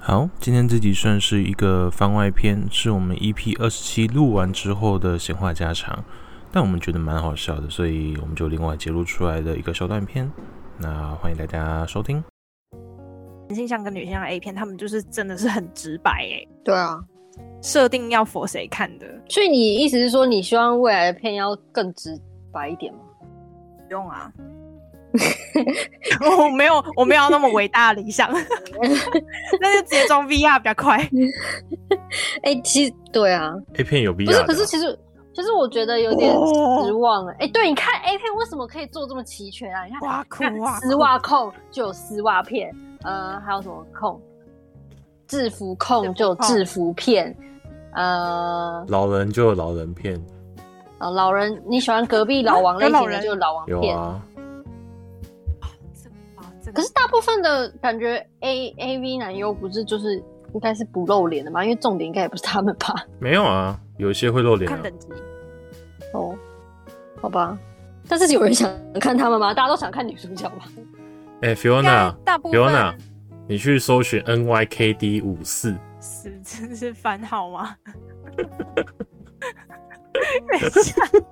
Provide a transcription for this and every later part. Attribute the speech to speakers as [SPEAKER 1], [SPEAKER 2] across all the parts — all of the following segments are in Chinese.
[SPEAKER 1] 好，今天这集算是一个番外篇，是我们 EP 二十七录完之后的闲话家常，但我们觉得蛮好笑的，所以我们就另外截录出来的一个小短片。那欢迎大家收听。
[SPEAKER 2] 男性向跟女性向 A 片，他们就是真的是很直白哎、
[SPEAKER 3] 对啊，
[SPEAKER 2] 设定要 for 谁看的，
[SPEAKER 3] 所以你意思是说，你希望未来的片要更直白一点吗？
[SPEAKER 2] 不用啊。我没有，我没有那么伟大的理想， 那就直接装 VR 比较快。
[SPEAKER 3] 嗯哎、其实对啊，
[SPEAKER 1] A 片有必
[SPEAKER 3] 不
[SPEAKER 1] 要
[SPEAKER 3] 是
[SPEAKER 1] 的，啊，
[SPEAKER 3] 可是其实其实我觉得有点
[SPEAKER 2] 哦
[SPEAKER 3] 失望了。哎、对，你看 A 片为什么可以做这么齐全啊？你看，
[SPEAKER 2] 哇酷
[SPEAKER 3] 看
[SPEAKER 2] 哇
[SPEAKER 3] 丝袜控就有丝袜片，呃，还有什么控？制服控就有制服片，呃，
[SPEAKER 1] 老人就有老人片，
[SPEAKER 3] 呃老人你喜欢隔壁老王类
[SPEAKER 2] 有老
[SPEAKER 3] 型
[SPEAKER 2] 人
[SPEAKER 3] 的就有老王
[SPEAKER 1] 有
[SPEAKER 3] 片，
[SPEAKER 1] 啊，
[SPEAKER 2] 啊这个
[SPEAKER 3] 可是大部分的感觉 A A V 男优不是就是应该是不露脸的嘛？因为重点应该也不是他们吧？
[SPEAKER 1] 没有啊，有一些会露脸、啊
[SPEAKER 2] 看，等级，
[SPEAKER 3] 哦，好吧。但是有人想看他们吗？大家都想看女主角吧？
[SPEAKER 1] 哎、
[SPEAKER 2] 应该
[SPEAKER 1] Fiona，Fiona，
[SPEAKER 2] 大部分
[SPEAKER 1] 你去搜寻 NYKD 五四，
[SPEAKER 2] 是真是番号吗？等一下，等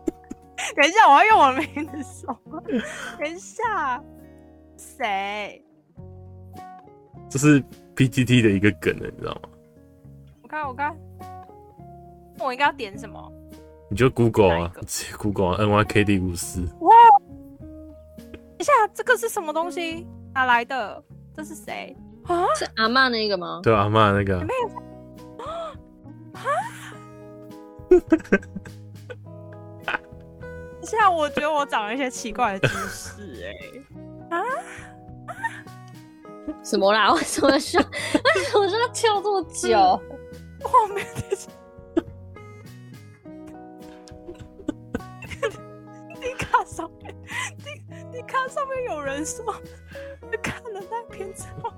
[SPEAKER 2] 一下，我要用我的名字说。等一下，谁？
[SPEAKER 1] 这是 PTT 的一个梗了，你知道吗？
[SPEAKER 2] 我看，我看，我应该要点什么？
[SPEAKER 1] 你就 Google
[SPEAKER 2] 哪一
[SPEAKER 1] 啊
[SPEAKER 2] 个，
[SPEAKER 1] 直接 Google 啊 NYKD 五四，
[SPEAKER 2] 等一下，这个是什么东西？哪来的？这是谁？
[SPEAKER 3] 是阿嬷那个吗？
[SPEAKER 1] 对啊，阿妈那个啊
[SPEAKER 2] 没有等一下，我觉得我长了一些奇怪的知识、 哎，
[SPEAKER 3] 什么啦？为什么需要？ 为什么需要跳这么久？
[SPEAKER 2] 我没有在想。你看上面，你你看上面有人说， 你看了那篇之后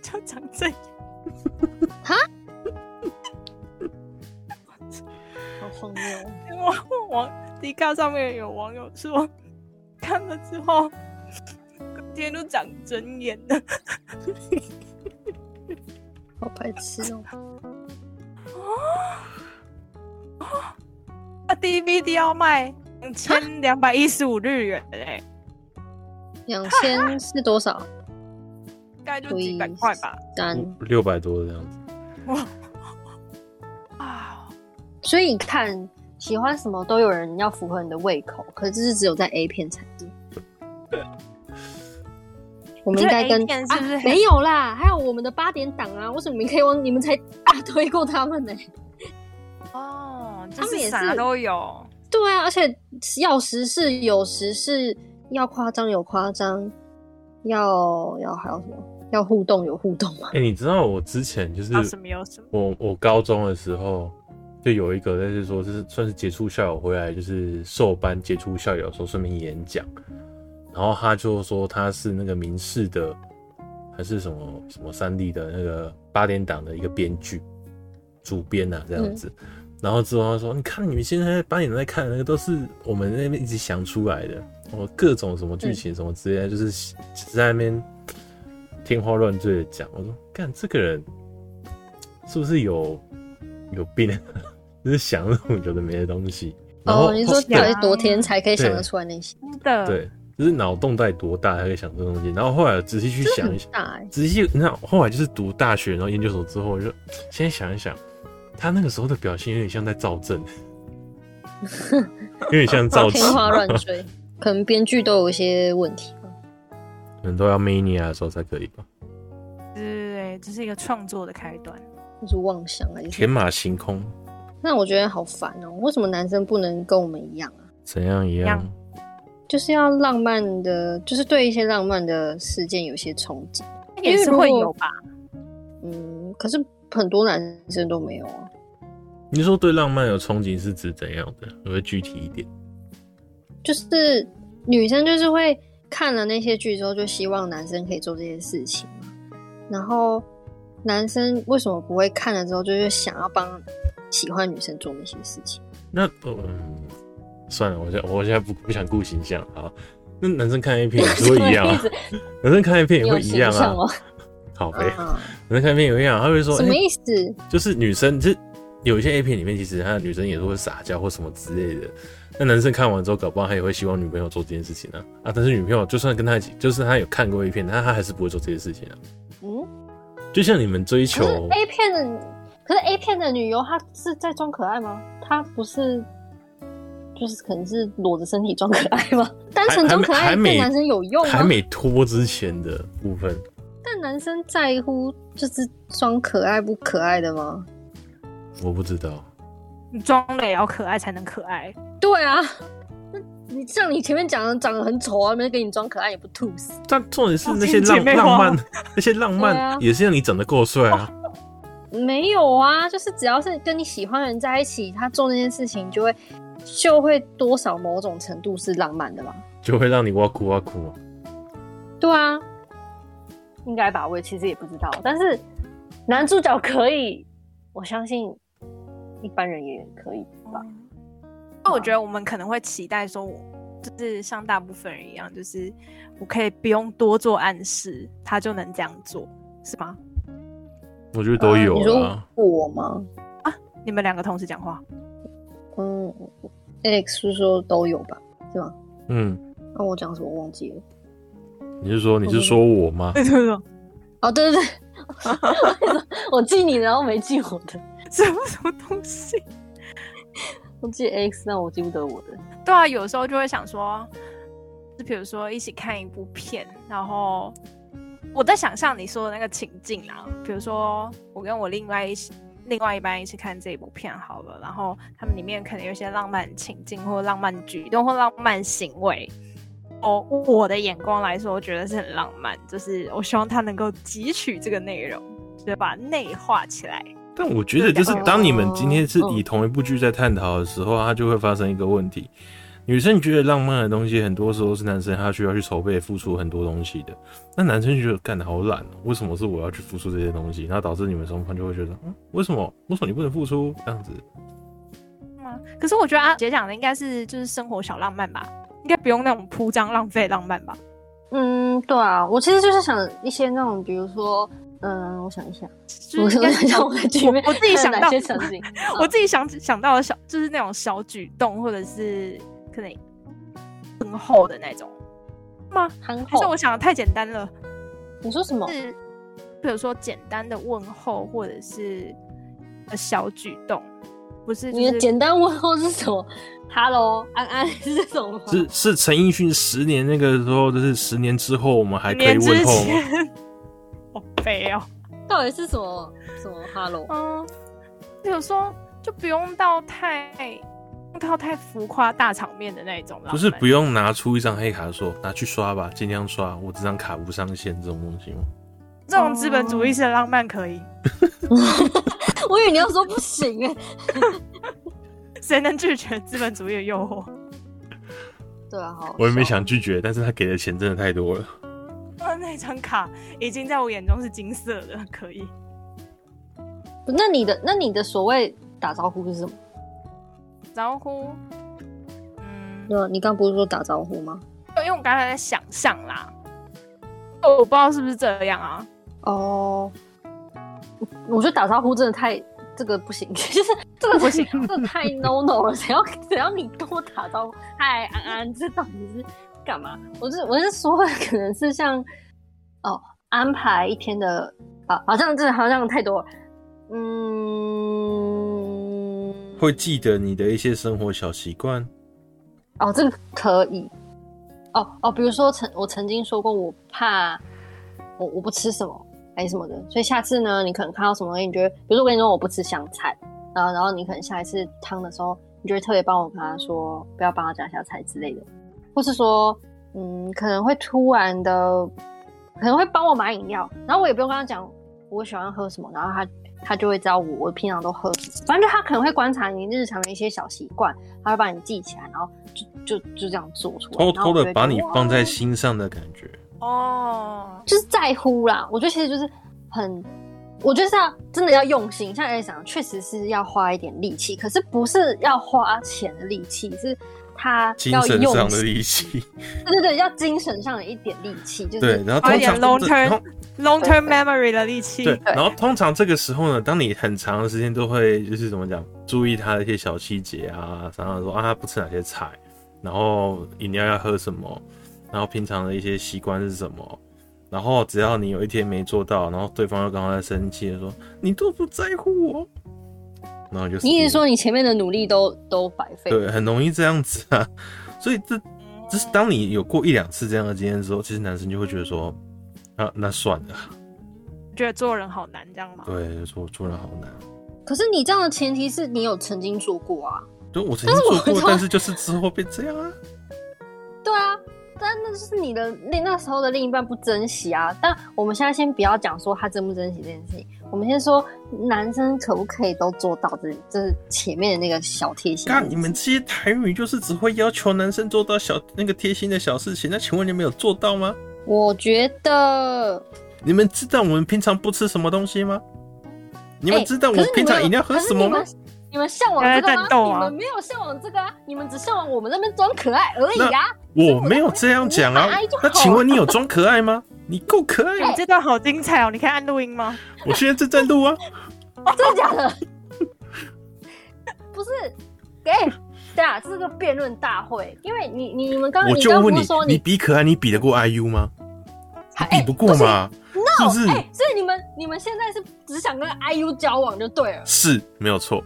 [SPEAKER 2] 就长这样。
[SPEAKER 3] 好荒谬哦！
[SPEAKER 2] 网 网迪卡上面有网友说，看了之后，隔天就长针眼了。
[SPEAKER 3] 好白痴哦！
[SPEAKER 2] 啊，DVD 要卖两千两百一十五日元哎、
[SPEAKER 3] 两千是多少？
[SPEAKER 2] 大概就几百块吧。
[SPEAKER 3] 单。
[SPEAKER 1] 五六百多这样子。
[SPEAKER 2] 哇啊，
[SPEAKER 3] 所以你看，喜欢什么都有人要符合你的胃口，可是这是只有在 A 片才 有。我们应该跟
[SPEAKER 2] 我觉得 A 片是不是
[SPEAKER 3] 啊
[SPEAKER 2] 很
[SPEAKER 3] 没有啦？还有我们的八点档啊，为什么你们可以往你们才大推过他们 呢、
[SPEAKER 2] 哦，就
[SPEAKER 3] 他们
[SPEAKER 2] 是
[SPEAKER 3] 也是
[SPEAKER 2] 啥都有。
[SPEAKER 3] 对啊，而且要时事有时事，要夸张有夸张，要要还有什么？要互动有互动嘛？
[SPEAKER 1] 哎、你知道我之前就是
[SPEAKER 2] 啊要什么有什么。
[SPEAKER 1] 我我高中的时候就有一个，但是说就是算是杰出校友回来，就是授班杰出校友的时候顺便演讲，然后他就说他是那个民视的还是什么什么三 D 的那个八点档的一个编剧主编呐、啊、这样子，然后之后他说你看你们现在八点档在看的那个都是我们那边一直想出来的，我各种什么剧情什么之类的，就是在那边天花乱坠的讲，我说干这个人。是不是有有病？ 就是想那种有的没的东西。然后
[SPEAKER 3] 哦，你说
[SPEAKER 1] 对
[SPEAKER 3] 到底多天才可以想
[SPEAKER 1] 对
[SPEAKER 3] 得出来那些？
[SPEAKER 2] 真的，
[SPEAKER 1] 对，就是脑洞到底多大才会想这种东西？然后后来我仔细去想一想，
[SPEAKER 3] 大哎、
[SPEAKER 1] 仔细你看，后来就是读大学，然后研究所之后，我就现在想一想，他那个时候的表现有点像在造 证，有点像造
[SPEAKER 3] 天
[SPEAKER 1] 气，
[SPEAKER 3] 花乱坠，可能编剧都有一些问题吧。
[SPEAKER 1] 可能都要 mania 的时候才可以吧？
[SPEAKER 2] 对，这是一个创作的开端。
[SPEAKER 3] 就是妄想啊，就是
[SPEAKER 1] 天马行空，
[SPEAKER 3] 那我觉得好烦哦、为什么男生不能跟我们一样啊？
[SPEAKER 1] 怎样一样
[SPEAKER 2] 样？
[SPEAKER 3] 就是要浪漫的，就是对一些浪漫的事件有些憧憬。
[SPEAKER 2] 也是会有吧？
[SPEAKER 3] 嗯，可是很多男生都没有啊。
[SPEAKER 1] 你说对浪漫有憧憬是指怎样的？我会具体一点。
[SPEAKER 3] 就是女生就是会看了那些剧之后，就希望男生可以做这些事情嘛。然后男生为什么不会看了之后，就是想要帮喜欢女生做那些事情？
[SPEAKER 1] 那呃嗯，算了，我现在我现在不不想顾形象啊。那男生看 A 片也是会一样、啊，
[SPEAKER 3] 什么意思
[SPEAKER 1] 男生看 A 片
[SPEAKER 3] 你
[SPEAKER 1] 也
[SPEAKER 3] 有
[SPEAKER 1] 会一样
[SPEAKER 3] 形象
[SPEAKER 1] 啊。
[SPEAKER 3] 哦。
[SPEAKER 1] 靠背。
[SPEAKER 3] 嗯，
[SPEAKER 1] 我在看片有一样，他会说，
[SPEAKER 3] 什么
[SPEAKER 1] 哎
[SPEAKER 3] 意思？
[SPEAKER 1] 就是女生，就是有一些 A 片里面，其实他女生也是会撒娇或什么之类的。那男生看完之后，搞不好他也会希望女朋友做这件事情啊啊！但是女朋友就算跟他一起，就是他有看过 A 片，但他还是不会做这些事情啊。
[SPEAKER 3] 嗯，
[SPEAKER 1] 就像你们追
[SPEAKER 3] 可是
[SPEAKER 1] 求
[SPEAKER 3] A 片的，可是 A 片的女优她是在装可爱吗？她不是，就是可能是裸着身体装可爱吗？单纯装可
[SPEAKER 1] 还
[SPEAKER 3] 爱
[SPEAKER 1] 还没
[SPEAKER 3] 对男生有用
[SPEAKER 1] 还
[SPEAKER 3] 吗？
[SPEAKER 1] 没脱之前的部分，
[SPEAKER 3] 但男生在乎就是装可爱不可爱的吗？
[SPEAKER 1] 我不知道。
[SPEAKER 2] 你装了也要可爱才能可爱。
[SPEAKER 3] 对啊，那你像你前面讲的长得很丑啊，没人给你装可爱也不吐死。
[SPEAKER 1] 但重点是那些
[SPEAKER 2] 哦姐
[SPEAKER 1] 浪
[SPEAKER 2] 妹花
[SPEAKER 1] 浪漫， 那些浪
[SPEAKER 3] 对啊哦
[SPEAKER 1] 漫也是让你长得够帅啊。
[SPEAKER 3] 没有啊，就是只要是跟你喜欢的人在一起，他做那件事情就会就会多少某种程度是浪漫的吧？
[SPEAKER 1] 就会让你哇哭哇哭。
[SPEAKER 3] 对啊，应该吧？我也其实也不知道，但是男主角可以，我相信一般人也可以
[SPEAKER 2] 哦
[SPEAKER 3] 吧？
[SPEAKER 2] 那我觉得我们可能会期待说，我就是像大部分人一样，就是我可以不用多做暗示，他就能这样做，是吗？
[SPEAKER 1] 我觉得都
[SPEAKER 2] 啊
[SPEAKER 1] 有
[SPEAKER 3] 啊呃
[SPEAKER 1] 啊
[SPEAKER 3] 你说
[SPEAKER 1] 啦，
[SPEAKER 3] 我吗？
[SPEAKER 2] 你们两个同时讲话，
[SPEAKER 3] 嗯，Alex 是说都有吧？是吗？
[SPEAKER 1] 嗯，
[SPEAKER 3] 那、我讲什么我忘记了？
[SPEAKER 1] 你是说你是说我吗？
[SPEAKER 3] 嗯
[SPEAKER 2] 对对对，
[SPEAKER 3] 哦，对 对对，我记你的，然后没记我的。
[SPEAKER 2] 什么什么东西？
[SPEAKER 3] 我记 X，但我记不得我的。
[SPEAKER 2] 对啊，有时候就会想说，就比如说一起看一部片，然后我在想象你说的那个情境啊，比如说我跟我另外一起另外一班一起看这部片好了，然后他们里面可能有一些浪漫情境或浪漫举动或浪漫行为。哦，我的眼光来说，我觉得是很浪漫，就是我希望他能够汲取这个内容，就是把内化起来。
[SPEAKER 1] 但我觉得就是当你们今天是
[SPEAKER 3] 嗯
[SPEAKER 1] 以同一部剧在探讨的时候，它就会发生一个问题。女生觉得浪漫的东西，很多时候是男生他需要去筹备、付出很多东西的。那男生就觉得干得好懒哦，为什么是我要去付出这些东西？那导致你们双方就会觉得，嗯，为什么？为什么你不能付出？这样子，
[SPEAKER 2] 吗？可是我觉得阿姐讲的应该是就是生活小浪漫吧，应该不用那种铺张浪费浪漫吧。
[SPEAKER 3] 嗯，对啊，我其实就是想一些那种，比如说，嗯，我想一下，
[SPEAKER 2] 就
[SPEAKER 3] 我
[SPEAKER 2] 是应该是小
[SPEAKER 3] 想我的局面，
[SPEAKER 2] 我我自己
[SPEAKER 3] 还有
[SPEAKER 2] 想
[SPEAKER 3] 哪
[SPEAKER 2] 到
[SPEAKER 3] 些场景？ 哦
[SPEAKER 2] 我自己想想到的小就是那种小举动，或者是可能很厚的那种吗？
[SPEAKER 3] 憨
[SPEAKER 2] 还是
[SPEAKER 3] 厚
[SPEAKER 2] 我，想的太简单了？
[SPEAKER 3] 你说什么？
[SPEAKER 2] 是比如说简单的问候，或者是呃小举动，不是
[SPEAKER 3] 你
[SPEAKER 2] 就
[SPEAKER 3] 的
[SPEAKER 2] 是
[SPEAKER 3] 简单问候是什么？Hello，安安是这种吗？
[SPEAKER 1] 是是陈奕迅十年那个时候，就是十年之后，我们还可以
[SPEAKER 2] 年之
[SPEAKER 1] 问候吗？
[SPEAKER 2] 前，好肥哦。
[SPEAKER 3] 到底是什么什么 Hello？
[SPEAKER 2] 嗯，比如说就不用到太不用到太浮夸大场面的那一种浪漫，
[SPEAKER 1] 就是不用拿出一张黑卡说拿去刷吧，尽量刷，我这张卡无上限这种东西吗？
[SPEAKER 2] 这种资本
[SPEAKER 3] 哦
[SPEAKER 2] 主义式的浪漫可以，
[SPEAKER 3] 我以为你要说不行哎。
[SPEAKER 2] 谁能拒绝资本主义的诱惑？
[SPEAKER 3] 对啊，好，
[SPEAKER 1] 我也没，想拒绝，但是他给的钱真的太多了。
[SPEAKER 2] 啊，那张卡已经在我眼中是金色的，可以。
[SPEAKER 3] 那你的那你的所谓打招呼是什么？
[SPEAKER 2] 招呼，嗯，
[SPEAKER 3] 对啊，你刚不是说打招呼吗？
[SPEAKER 2] 因为我刚才在想象啦，哦我不知道是不是这样啊，
[SPEAKER 3] 哦，我我觉得打招呼真的太这个不行， 就是这个
[SPEAKER 2] 不行，
[SPEAKER 3] 这个太 no no 了。只要只要你跟我打招呼，嗨安安，这到底是干嘛？我是我是说，可能是像哦安排一天的啊，好像这好像太多了，嗯，
[SPEAKER 1] 会记得你的一些生活小习惯，
[SPEAKER 3] 哦这个可以，哦哦，比如说曾我曾经说过，我怕我我不吃什么还是什么的，所以下次呢，你可能看到什么东西，你觉得，比如说我跟你说我不吃香菜，然后然后你可能下一次汤的时候，你就会特别帮我跟他说不要帮他加香菜之类的，或是说嗯可能会突然的可能会帮我买饮料，然后我也不用跟他讲我喜欢喝什么，然后他。他就会知道我我平常都喝什么，反正就他可能会观察你日常的一些小习惯，他会把你记起来，然后就就就这样做出来，
[SPEAKER 1] 偷
[SPEAKER 3] 然后
[SPEAKER 1] 偷
[SPEAKER 3] 我就
[SPEAKER 1] 的
[SPEAKER 3] 会
[SPEAKER 1] 把
[SPEAKER 3] 觉得
[SPEAKER 1] 你
[SPEAKER 3] 哇
[SPEAKER 1] 放在心上的感觉。
[SPEAKER 2] 哦，
[SPEAKER 3] 就是在乎啦。我觉得其实就是很，我觉得是要真的要用心。像 A 讲，确实是要花一点力气，可是不是要花钱的力气，是他
[SPEAKER 1] 精
[SPEAKER 3] 要
[SPEAKER 1] 神
[SPEAKER 3] 用
[SPEAKER 1] 上的
[SPEAKER 3] 心
[SPEAKER 1] 力气，
[SPEAKER 3] 对对对，要精神上的一点力气，就
[SPEAKER 1] 对
[SPEAKER 3] 是，
[SPEAKER 1] 然后
[SPEAKER 2] 花
[SPEAKER 1] 通
[SPEAKER 2] 一点
[SPEAKER 1] 常
[SPEAKER 2] long
[SPEAKER 1] 通常
[SPEAKER 2] term long term memory 的力气。
[SPEAKER 1] 对，然后通常这个时候呢，当你很长的时间都会就是怎么讲，注意他的一些小细节啊，常常说啊他不吃哪些菜，然后饮料要喝什么，然后平常的一些习惯是什么，然后只要你有一天没做到，然后对方又刚刚在生气地说你都不在乎我，然后你就
[SPEAKER 3] 你一
[SPEAKER 1] 死
[SPEAKER 3] 直
[SPEAKER 1] 定
[SPEAKER 3] 说你前面的努力都都白费，
[SPEAKER 1] 了对，很容易这样子啊， 所以这就是当你有过一两次这样的经验之后，其实男生就会觉得说啊那算了，
[SPEAKER 2] 觉得做人好难，这样吗？
[SPEAKER 1] 对，就说做人好难。
[SPEAKER 3] 可是你这样的前提是你有曾经做过啊，
[SPEAKER 1] 就我曾经做
[SPEAKER 3] 但是
[SPEAKER 1] 过
[SPEAKER 3] 我，
[SPEAKER 1] 但是就是之后变这样啊。
[SPEAKER 3] 对啊，但那就是你的另那时候的另一半不珍惜啊。但我们现在先不要讲说他珍不珍惜这件事情，我们先说男生可不可以都做到这，就是前面的那个小贴心。
[SPEAKER 1] 干，你们这些台女就是只会要求男生做到小那个贴心的小事情，那请问你们有做到吗？
[SPEAKER 3] 我觉得
[SPEAKER 1] 你们知道我们平常不吃什么东西吗？你们
[SPEAKER 3] 哎
[SPEAKER 1] 知道我
[SPEAKER 3] 可是
[SPEAKER 1] 平常
[SPEAKER 3] 们有
[SPEAKER 1] 饮料喝什么吗
[SPEAKER 3] 可？是你们你们向往这个
[SPEAKER 2] 大家在
[SPEAKER 3] 吗？
[SPEAKER 2] 战斗啊
[SPEAKER 3] 你们没有向往这个啊，你们只向往我们那边装可爱而已啊。
[SPEAKER 1] 我没有这样讲啊
[SPEAKER 3] 你本来就。好哎
[SPEAKER 1] 那请问你有装可爱吗？你够可爱
[SPEAKER 2] 你
[SPEAKER 1] 吗？
[SPEAKER 2] 这段好精彩哦！你可以按录音吗？
[SPEAKER 1] 我现在正在录啊。
[SPEAKER 3] 哎真的假的？ 不是，哎、对啊，这是个辩论大会，因为你你你们刚刚
[SPEAKER 1] 我
[SPEAKER 3] 刚
[SPEAKER 1] 就
[SPEAKER 3] 刚
[SPEAKER 1] 问你
[SPEAKER 3] 不是说，
[SPEAKER 1] 你比可爱，你比得过 IU 吗？
[SPEAKER 3] 哎
[SPEAKER 1] 比不过嘛，是不
[SPEAKER 3] 不
[SPEAKER 1] 是
[SPEAKER 3] 是？哎、所以你们你们现在是只想跟 IU 交往就对了，
[SPEAKER 1] 是没有错。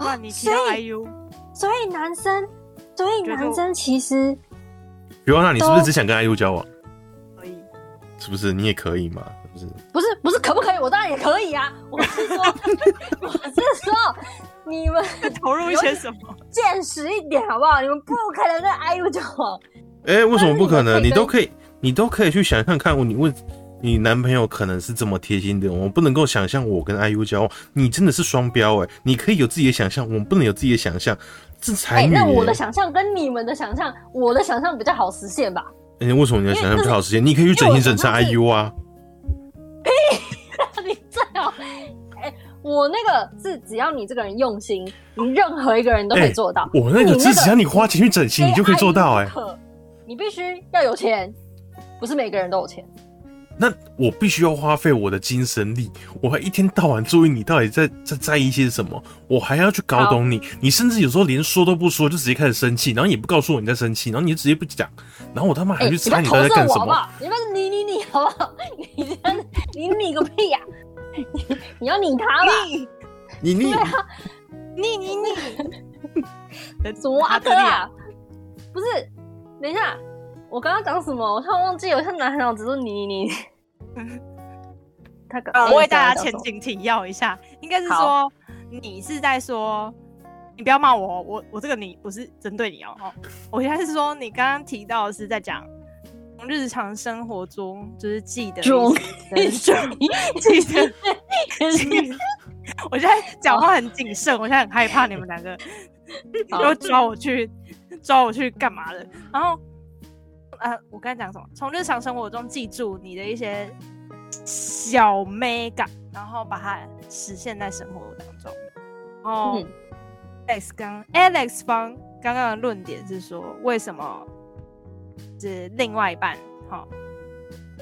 [SPEAKER 2] 哇，你提到
[SPEAKER 3] 所以
[SPEAKER 2] IU，
[SPEAKER 3] 所以男生，所以
[SPEAKER 2] 觉得
[SPEAKER 3] 男生其实
[SPEAKER 1] 比方说，你是不是
[SPEAKER 3] 都
[SPEAKER 1] 只想跟 IU 交往？
[SPEAKER 2] 可以
[SPEAKER 1] 是不是？你也可以嘛？是不是？
[SPEAKER 3] 不是不是可不可以？我当然也可以啊，我是说 我是说你们
[SPEAKER 2] 投入一些什么？
[SPEAKER 3] 见识一点好不好？你们不可能跟 IU 交往，
[SPEAKER 1] 哎、为什么不可能？
[SPEAKER 3] 但是
[SPEAKER 1] 你
[SPEAKER 3] 你
[SPEAKER 1] 都
[SPEAKER 3] 们
[SPEAKER 1] 可以，你都可以去想象看，你问你男朋友可能是这么贴心的，我们不能够想象我跟 IU 交往，你真的是双标哎、你可以有自己的想象，我们不能有自己的想象，这
[SPEAKER 3] 哎、
[SPEAKER 1] 才女、欸。
[SPEAKER 3] 那我的想象跟你们的想象，我的想象比较好实现吧？
[SPEAKER 1] 哎、为什么你的想象不好实现？你可以去整形审查
[SPEAKER 3] 因为
[SPEAKER 1] IU 啊，
[SPEAKER 3] 你最好，哎、我那个是只要你这个人用心，你任何一个人都可以做到。
[SPEAKER 1] 哎我那
[SPEAKER 3] 你
[SPEAKER 1] 个
[SPEAKER 3] 那
[SPEAKER 1] 是
[SPEAKER 3] 个
[SPEAKER 1] 只要你花钱去整形，你就可以做到哎、
[SPEAKER 3] 非 IU 不可你必须要有钱，不是每个人都有钱。
[SPEAKER 1] 那我必须要花费我的精神力，我还一天到晚注意你到底在在在意些什么，我还要去搞懂你，你甚至有时候连说都不说，就直接开始生气，然后也不告诉我你在生气，然后你就直接不讲，然后我他妈
[SPEAKER 3] 哎、
[SPEAKER 1] 还去
[SPEAKER 3] 你
[SPEAKER 1] 猜
[SPEAKER 3] 在
[SPEAKER 1] 你
[SPEAKER 3] 投
[SPEAKER 1] 到底
[SPEAKER 3] 射
[SPEAKER 1] 在干
[SPEAKER 3] 我
[SPEAKER 1] 什
[SPEAKER 3] 好不
[SPEAKER 1] 么。
[SPEAKER 3] 好？你不是你你你好不好？ 你这样你你个屁呀、你你要理他吧？
[SPEAKER 1] 你你
[SPEAKER 3] 啊
[SPEAKER 2] 你你 你，
[SPEAKER 3] 什么阿
[SPEAKER 2] 阿
[SPEAKER 3] 哥啊？不是，等一下，我刚刚讲什么？我突然忘记，我现在哪脑子都你你你。他刚
[SPEAKER 2] 呃，
[SPEAKER 3] 我
[SPEAKER 2] 为大家
[SPEAKER 3] 前
[SPEAKER 2] 前
[SPEAKER 3] 景。
[SPEAKER 2] 景提要一下，应该是
[SPEAKER 3] 啊好
[SPEAKER 2] 说你是在说，你不要骂我哦，我我这个你不是针对你哦，哦我现在是说你刚刚提到的是在讲日常生活中就是记得一
[SPEAKER 3] 中
[SPEAKER 2] 些生记得记
[SPEAKER 3] 嗯
[SPEAKER 2] 得， 我现在讲话很谨慎，我现在很害怕你们两个
[SPEAKER 3] 好
[SPEAKER 2] 又抓我去抓我去干嘛的，然后。呃，我刚才讲什么？从日常生活中记住你的一些小美感，然后把它实现在生活当中。然后
[SPEAKER 3] 嗯
[SPEAKER 2] Alex 刚 Alex 方刚刚的论点是说，为什么是另外一半？哈、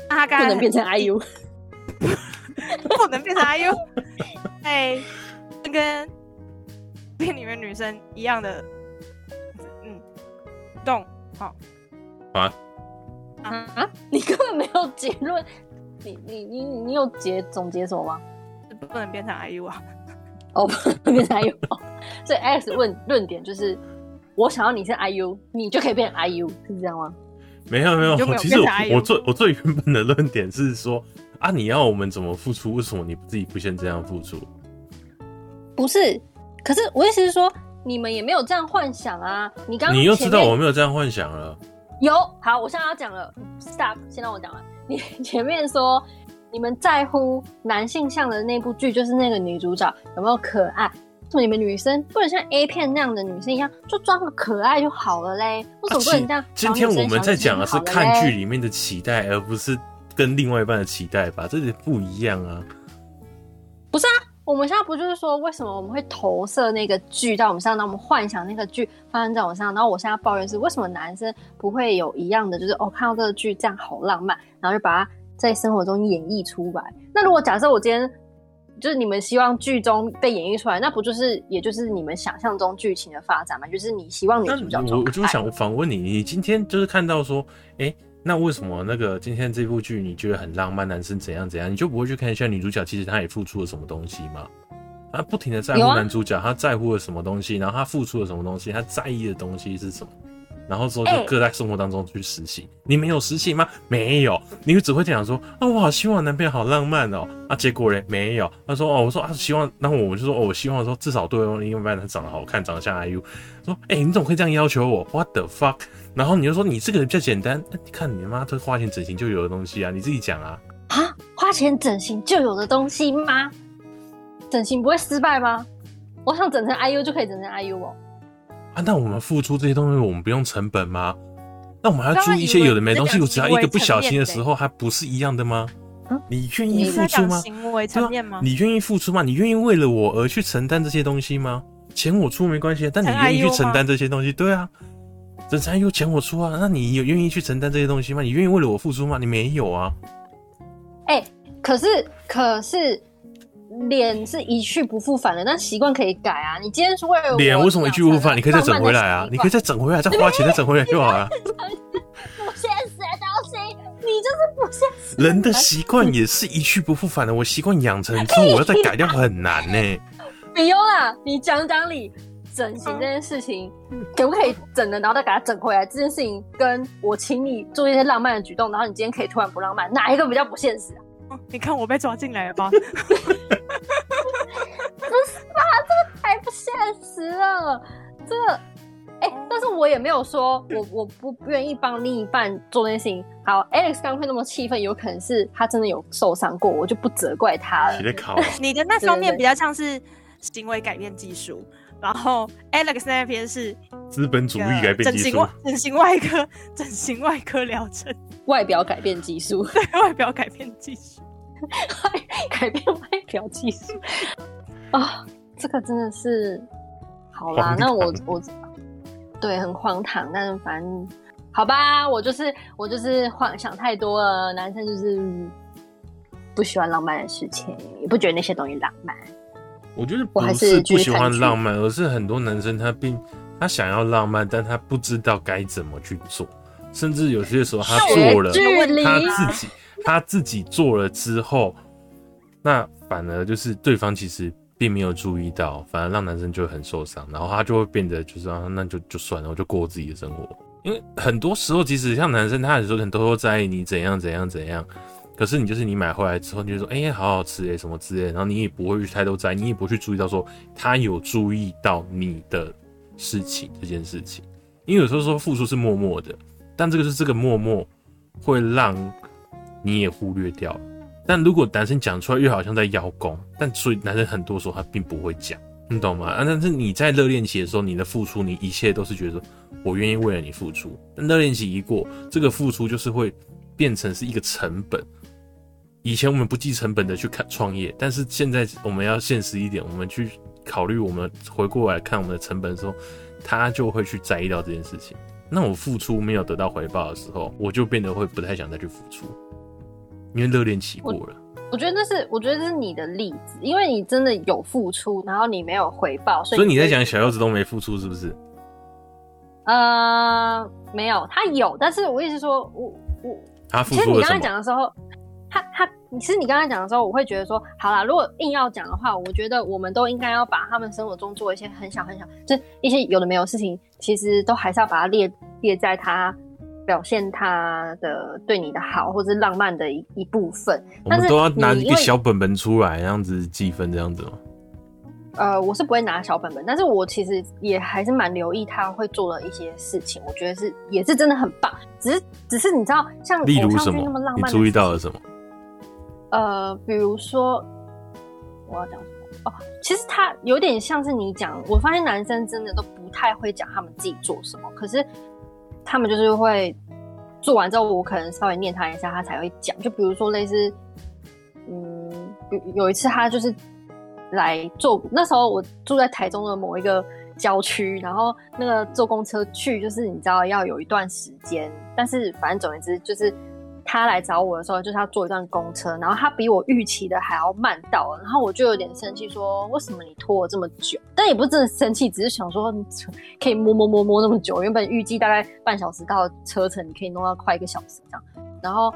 [SPEAKER 2] 那他刚
[SPEAKER 3] 不
[SPEAKER 2] 才
[SPEAKER 3] 能变成
[SPEAKER 2] 很
[SPEAKER 3] IU。
[SPEAKER 2] 不能变成 IU，哎，跟片里面女生一样的，嗯，动好
[SPEAKER 1] 啊
[SPEAKER 2] 啊，
[SPEAKER 3] 啊，你根本没有结论，你你你你有结总结什么吗？
[SPEAKER 2] 不能变成 IU 啊，
[SPEAKER 3] 哦，不变成 IU，所以 Alex 问论点就是，我想要你是 IU，你就可以变 IU，是这样吗？
[SPEAKER 1] 没有没有
[SPEAKER 2] 你就没，有
[SPEAKER 1] 其实
[SPEAKER 2] 变成
[SPEAKER 1] 我
[SPEAKER 2] IU
[SPEAKER 1] 我最我最原本的论点是说啊，你要我们怎么付出？为什么你自己不先这样付出？
[SPEAKER 3] 不是，可是我意思是说，你们也没有这样幻想啊。你刚刚
[SPEAKER 1] 你又
[SPEAKER 3] 前
[SPEAKER 1] 知道
[SPEAKER 3] 面
[SPEAKER 1] 我没有这样幻想了，
[SPEAKER 3] 有好，我现在要讲了，stop，先让我讲完。你 前面说你们在乎男性向的那部剧，就是那个女主角有没有可爱？为什么你们女生不能像 A 片那样的女生一样，就装个可爱就好了嘞？为什
[SPEAKER 1] 啊
[SPEAKER 3] 么不能这样、
[SPEAKER 1] 今今天我们在讲的
[SPEAKER 3] 的
[SPEAKER 1] 是看剧里面的期待，而不是跟另外一半的期待吧？这点不一样啊。
[SPEAKER 3] 我们现在不就是说，为什么我们会投射那个剧到我们身上，然后我们幻想那个剧发生在我们身上？然后我现在抱怨是，为什么男生不会有一样的，就是哦，看到这个剧这样好浪漫，然后就把它在生活中演绎出来。那如果假设我今天就是你们希望剧中被演绎出来，那不就是也就是你们想象中剧情的发展吗？就是你希望女
[SPEAKER 1] 那
[SPEAKER 3] 主角
[SPEAKER 1] 我
[SPEAKER 3] 中
[SPEAKER 1] 我就想反问你，你今天就是看到说，哎、那为什么那个今天这部剧你觉得很浪漫，男生怎样怎样，你就不会去看一下女主角其实她也付出了什么东西吗？她不停的在乎
[SPEAKER 3] 有啊
[SPEAKER 1] 男主角，她在乎了什么东西，然后她付出了什么东西，她在意的东西是什么，然后之后就
[SPEAKER 2] 哎
[SPEAKER 1] 各在生活当中去实行。你们有实行吗？没有，你只会讲说啊，我好希望我男朋友好浪漫哦，啊，结果嘞没有。他说哦，我说啊，希望，那我就说哦，我希望说至少对方另一半他长得好看，长得像 IU。说哎、你怎么可以这样要求我？What the fuck？然后你就说你这个人比较简单，那你看你妈这花钱整形就有的东西啊，你自己讲啊。
[SPEAKER 3] 啊，花钱整形就有的东西吗？整形不会失败吗？我想整成 IU 就可以整成 IU 哦。
[SPEAKER 1] 啊，那我们付出这些东西，我们不用成本吗？那我们还要
[SPEAKER 2] 当
[SPEAKER 1] 注
[SPEAKER 2] 然
[SPEAKER 1] 意一些
[SPEAKER 2] 以为
[SPEAKER 1] 有的没的东西，
[SPEAKER 2] 这个
[SPEAKER 1] 我只要一
[SPEAKER 2] 行为
[SPEAKER 1] 个不小
[SPEAKER 2] 层
[SPEAKER 1] 心的
[SPEAKER 2] 面
[SPEAKER 1] 时
[SPEAKER 2] 的
[SPEAKER 1] 候，还不是一样的吗
[SPEAKER 3] 嗯？
[SPEAKER 1] 你愿
[SPEAKER 2] 你
[SPEAKER 1] 意
[SPEAKER 2] 是
[SPEAKER 1] 付
[SPEAKER 2] 在
[SPEAKER 1] 出
[SPEAKER 2] 讲
[SPEAKER 1] 吗？
[SPEAKER 2] 行
[SPEAKER 1] 对
[SPEAKER 2] 为层
[SPEAKER 1] 啊
[SPEAKER 2] 面吗？
[SPEAKER 1] 你愿意付出吗？你愿意为了我而去承担这些东西吗？钱我出没关系，啊但你
[SPEAKER 2] 陈阿
[SPEAKER 1] 愿意去
[SPEAKER 2] 优
[SPEAKER 1] 承
[SPEAKER 2] 吗
[SPEAKER 1] 担这些东西，对啊。整餐又钱我出啊，那你有愿意去承担这些东西吗？你愿意为了我付出吗？你没有啊。
[SPEAKER 3] 哎、可是可是脸是一去不复返的，但习惯可以改啊。你今天是为了我
[SPEAKER 1] 脸为什么一句无法？你可以再整回来啊，你可以
[SPEAKER 3] 再
[SPEAKER 1] 再整回来，再花钱再整回来就好了。
[SPEAKER 3] 不现实的东西，你就是不现实。
[SPEAKER 1] 人的习惯也是一去不复返的，我习惯养成之后，我要再改掉很难呢、
[SPEAKER 3] 比优啦，你讲讲理，整形这件事情、可不可以整了，然后再给它整回来？这件事情跟我请你做一些浪漫的举动，然后你今天可以突然不浪漫，哪一个比较不现实啊？
[SPEAKER 2] 哦你看我被抓进来 了吧？
[SPEAKER 3] 太不现实了，这个。哎、但是我也没有说我我不不愿意帮另一半做那件事情。好，Alex 刚刚会那么气愤，有可能是他真的有受伤过，我就不责怪他了
[SPEAKER 1] 你。在考啊、
[SPEAKER 2] 你的那方
[SPEAKER 3] 对对
[SPEAKER 2] 面
[SPEAKER 3] 对
[SPEAKER 2] 比较像是行为改变技术，然后 Alex 那边是
[SPEAKER 1] 资本主义改变
[SPEAKER 2] 整
[SPEAKER 1] 技
[SPEAKER 2] 形
[SPEAKER 1] 术
[SPEAKER 2] 外。整形外科 整形外科疗程，
[SPEAKER 3] 外表改变技术，
[SPEAKER 2] 对外表改变技术。
[SPEAKER 3] 改变外表技 术啊、这个真的是好啦
[SPEAKER 1] 荒。
[SPEAKER 3] 那我
[SPEAKER 1] 唐
[SPEAKER 3] 我对很荒唐，但是反正好吧，我就是我就是幻想太多了。男生就是不喜欢浪漫的事情，也不觉得那些东西浪漫。
[SPEAKER 1] 我觉得不
[SPEAKER 3] 我还
[SPEAKER 1] 是
[SPEAKER 3] 是
[SPEAKER 1] 不
[SPEAKER 3] 继续
[SPEAKER 1] 喜欢
[SPEAKER 3] 看剧
[SPEAKER 1] 浪漫，而是很多男生他并他想要浪漫，但他不知道该怎么去做，甚至有些时候他
[SPEAKER 3] 学
[SPEAKER 1] 做了，
[SPEAKER 3] 距离
[SPEAKER 1] 他自己他自己做了之后，那反而就是对方其实并没有注意到，反而让男生就会很受伤，然后他就会变得就是啊，那就就算了，我就过我自己的生活。因为很多时候，即使像男生，他有时候可能偷偷在意你怎样怎样怎样，可是你就是你买回来之后，你就说哎、好好吃哎、什么之类的，然后你也不会去太多在意，你也不会去注意到说他有注意到你的事情这件事情。因为有时候说付出是默默的，但这个是这个默默会让你也忽略掉。但如果男生讲出来，又好像在邀功，但所以男生很多时候他并不会讲，你懂吗？啊，但是你在热恋期的时候，你的付出，你一切都是觉得说我愿意为了你付出。但热恋期一过，这个付出就是会变成是一个成本。以前我们不计成本的去看创业，但是现在我们要现实一点，我们去考虑我们回过来看我们的成本的时候，他就会去在意到这件事情。那我付出没有得到回报的时候，我就变得会不太想再去付出，因为热恋期过了。
[SPEAKER 3] 我觉得那是，我觉得这是你的例子，因为你真的有付出，然后你没有回报，所以
[SPEAKER 1] 所以你在
[SPEAKER 3] 会
[SPEAKER 1] 讲小柚子都没付出是不是？
[SPEAKER 3] 呃没有，他有，但是我意思说，我我
[SPEAKER 1] 他付
[SPEAKER 3] 其实
[SPEAKER 1] 出
[SPEAKER 3] 你
[SPEAKER 1] 了
[SPEAKER 3] 刚
[SPEAKER 1] 什
[SPEAKER 3] 才
[SPEAKER 1] 么？
[SPEAKER 3] 讲的时候，他他其实你刚才讲的时候，我会觉得说，好啦，如果硬要讲的话，我觉得我们都应该要把他们生活中做一些很小很小，就是一些有的没有事情，其实都还是要把它列列在他表现他的对你的好或者浪漫的一一部分。
[SPEAKER 1] 我
[SPEAKER 3] 但
[SPEAKER 1] 们
[SPEAKER 3] 是
[SPEAKER 1] 都要拿一
[SPEAKER 3] 你
[SPEAKER 1] 个
[SPEAKER 3] 因为
[SPEAKER 1] 小本本出来，这样子计分这样子吗？
[SPEAKER 3] 呃，我是不会拿小本本，但是我其实也还是蛮留意他会做的一些事情，我觉得是也是真的很棒。只是只是你知道，像
[SPEAKER 1] 例如
[SPEAKER 3] 偶像
[SPEAKER 1] 什
[SPEAKER 3] 剧那么浪
[SPEAKER 1] 你
[SPEAKER 3] 漫的
[SPEAKER 1] 注意
[SPEAKER 3] 事
[SPEAKER 1] 到
[SPEAKER 3] 情
[SPEAKER 1] 了什么？
[SPEAKER 3] 呃，比如说我要讲什么哦，其实他有点像是你讲，我发现男生真的都不太会讲他们自己做什么，可是他们就是会做完之后，我可能稍微念他一下，他才会讲。就比如说类似，嗯，有有一次他就是来坐，那时候我住在台中的某一个。郊区，然后那个坐公车去，就是你知道要有一段时间，但是反正总而言之，就是他来找我的时候，就是他坐一段公车，然后他比我预期的还要慢到，然后我就有点生气，说为什么你拖我这么久？但也不是真的生气，只是想说嗯可以摸摸摸摸那么久，原本预计大概半小时到车程，你可以弄到快一个小时这样。然后，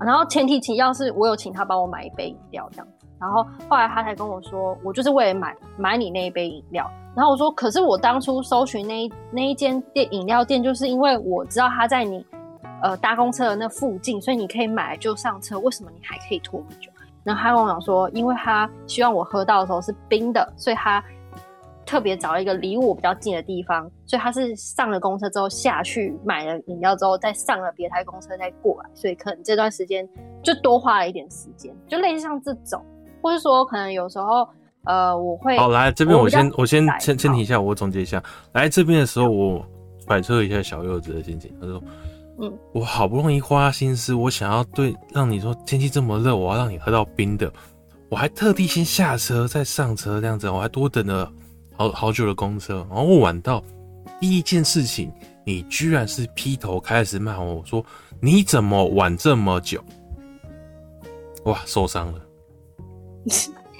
[SPEAKER 3] 然后前提请要是我有请他帮我买一杯饮料这样。然后后来他才跟我说，我就是为了买买你那一杯饮料。然后我说，可是我当初搜寻那一那一间店饮料店，就是因为我知道他在你呃搭公车的那附近，所以你可以买就上车，为什么你还可以拖那么久？然后他跟我讲说，因为他希望我喝到的时候是冰的，所以他特别找了一个离我比较近的地方，所以他是上了公车之后下去买了饮料之后，再上了别台公车再过来，所以可能这段时间就多花了一点时间，就类似像这种。或是说可能有时候，呃，我会
[SPEAKER 1] 好，来这边
[SPEAKER 3] 我
[SPEAKER 1] 我
[SPEAKER 3] 比较
[SPEAKER 1] 先我先
[SPEAKER 3] 自在
[SPEAKER 1] 先先
[SPEAKER 3] 好
[SPEAKER 1] 停一下，我总结一下。来这边的时候，我揣测一下小柚子的心情。他说：“
[SPEAKER 3] 嗯，
[SPEAKER 1] 我好不容易花心思，我想要对让你说天气这么热，我要让你喝到冰的，我还特地先下车再上车这样子，我还多等了好好久的公车。然后我晚到，第一件事情，你居然是劈头开始骂我，我说你怎么晚这么久？哇，受伤了。”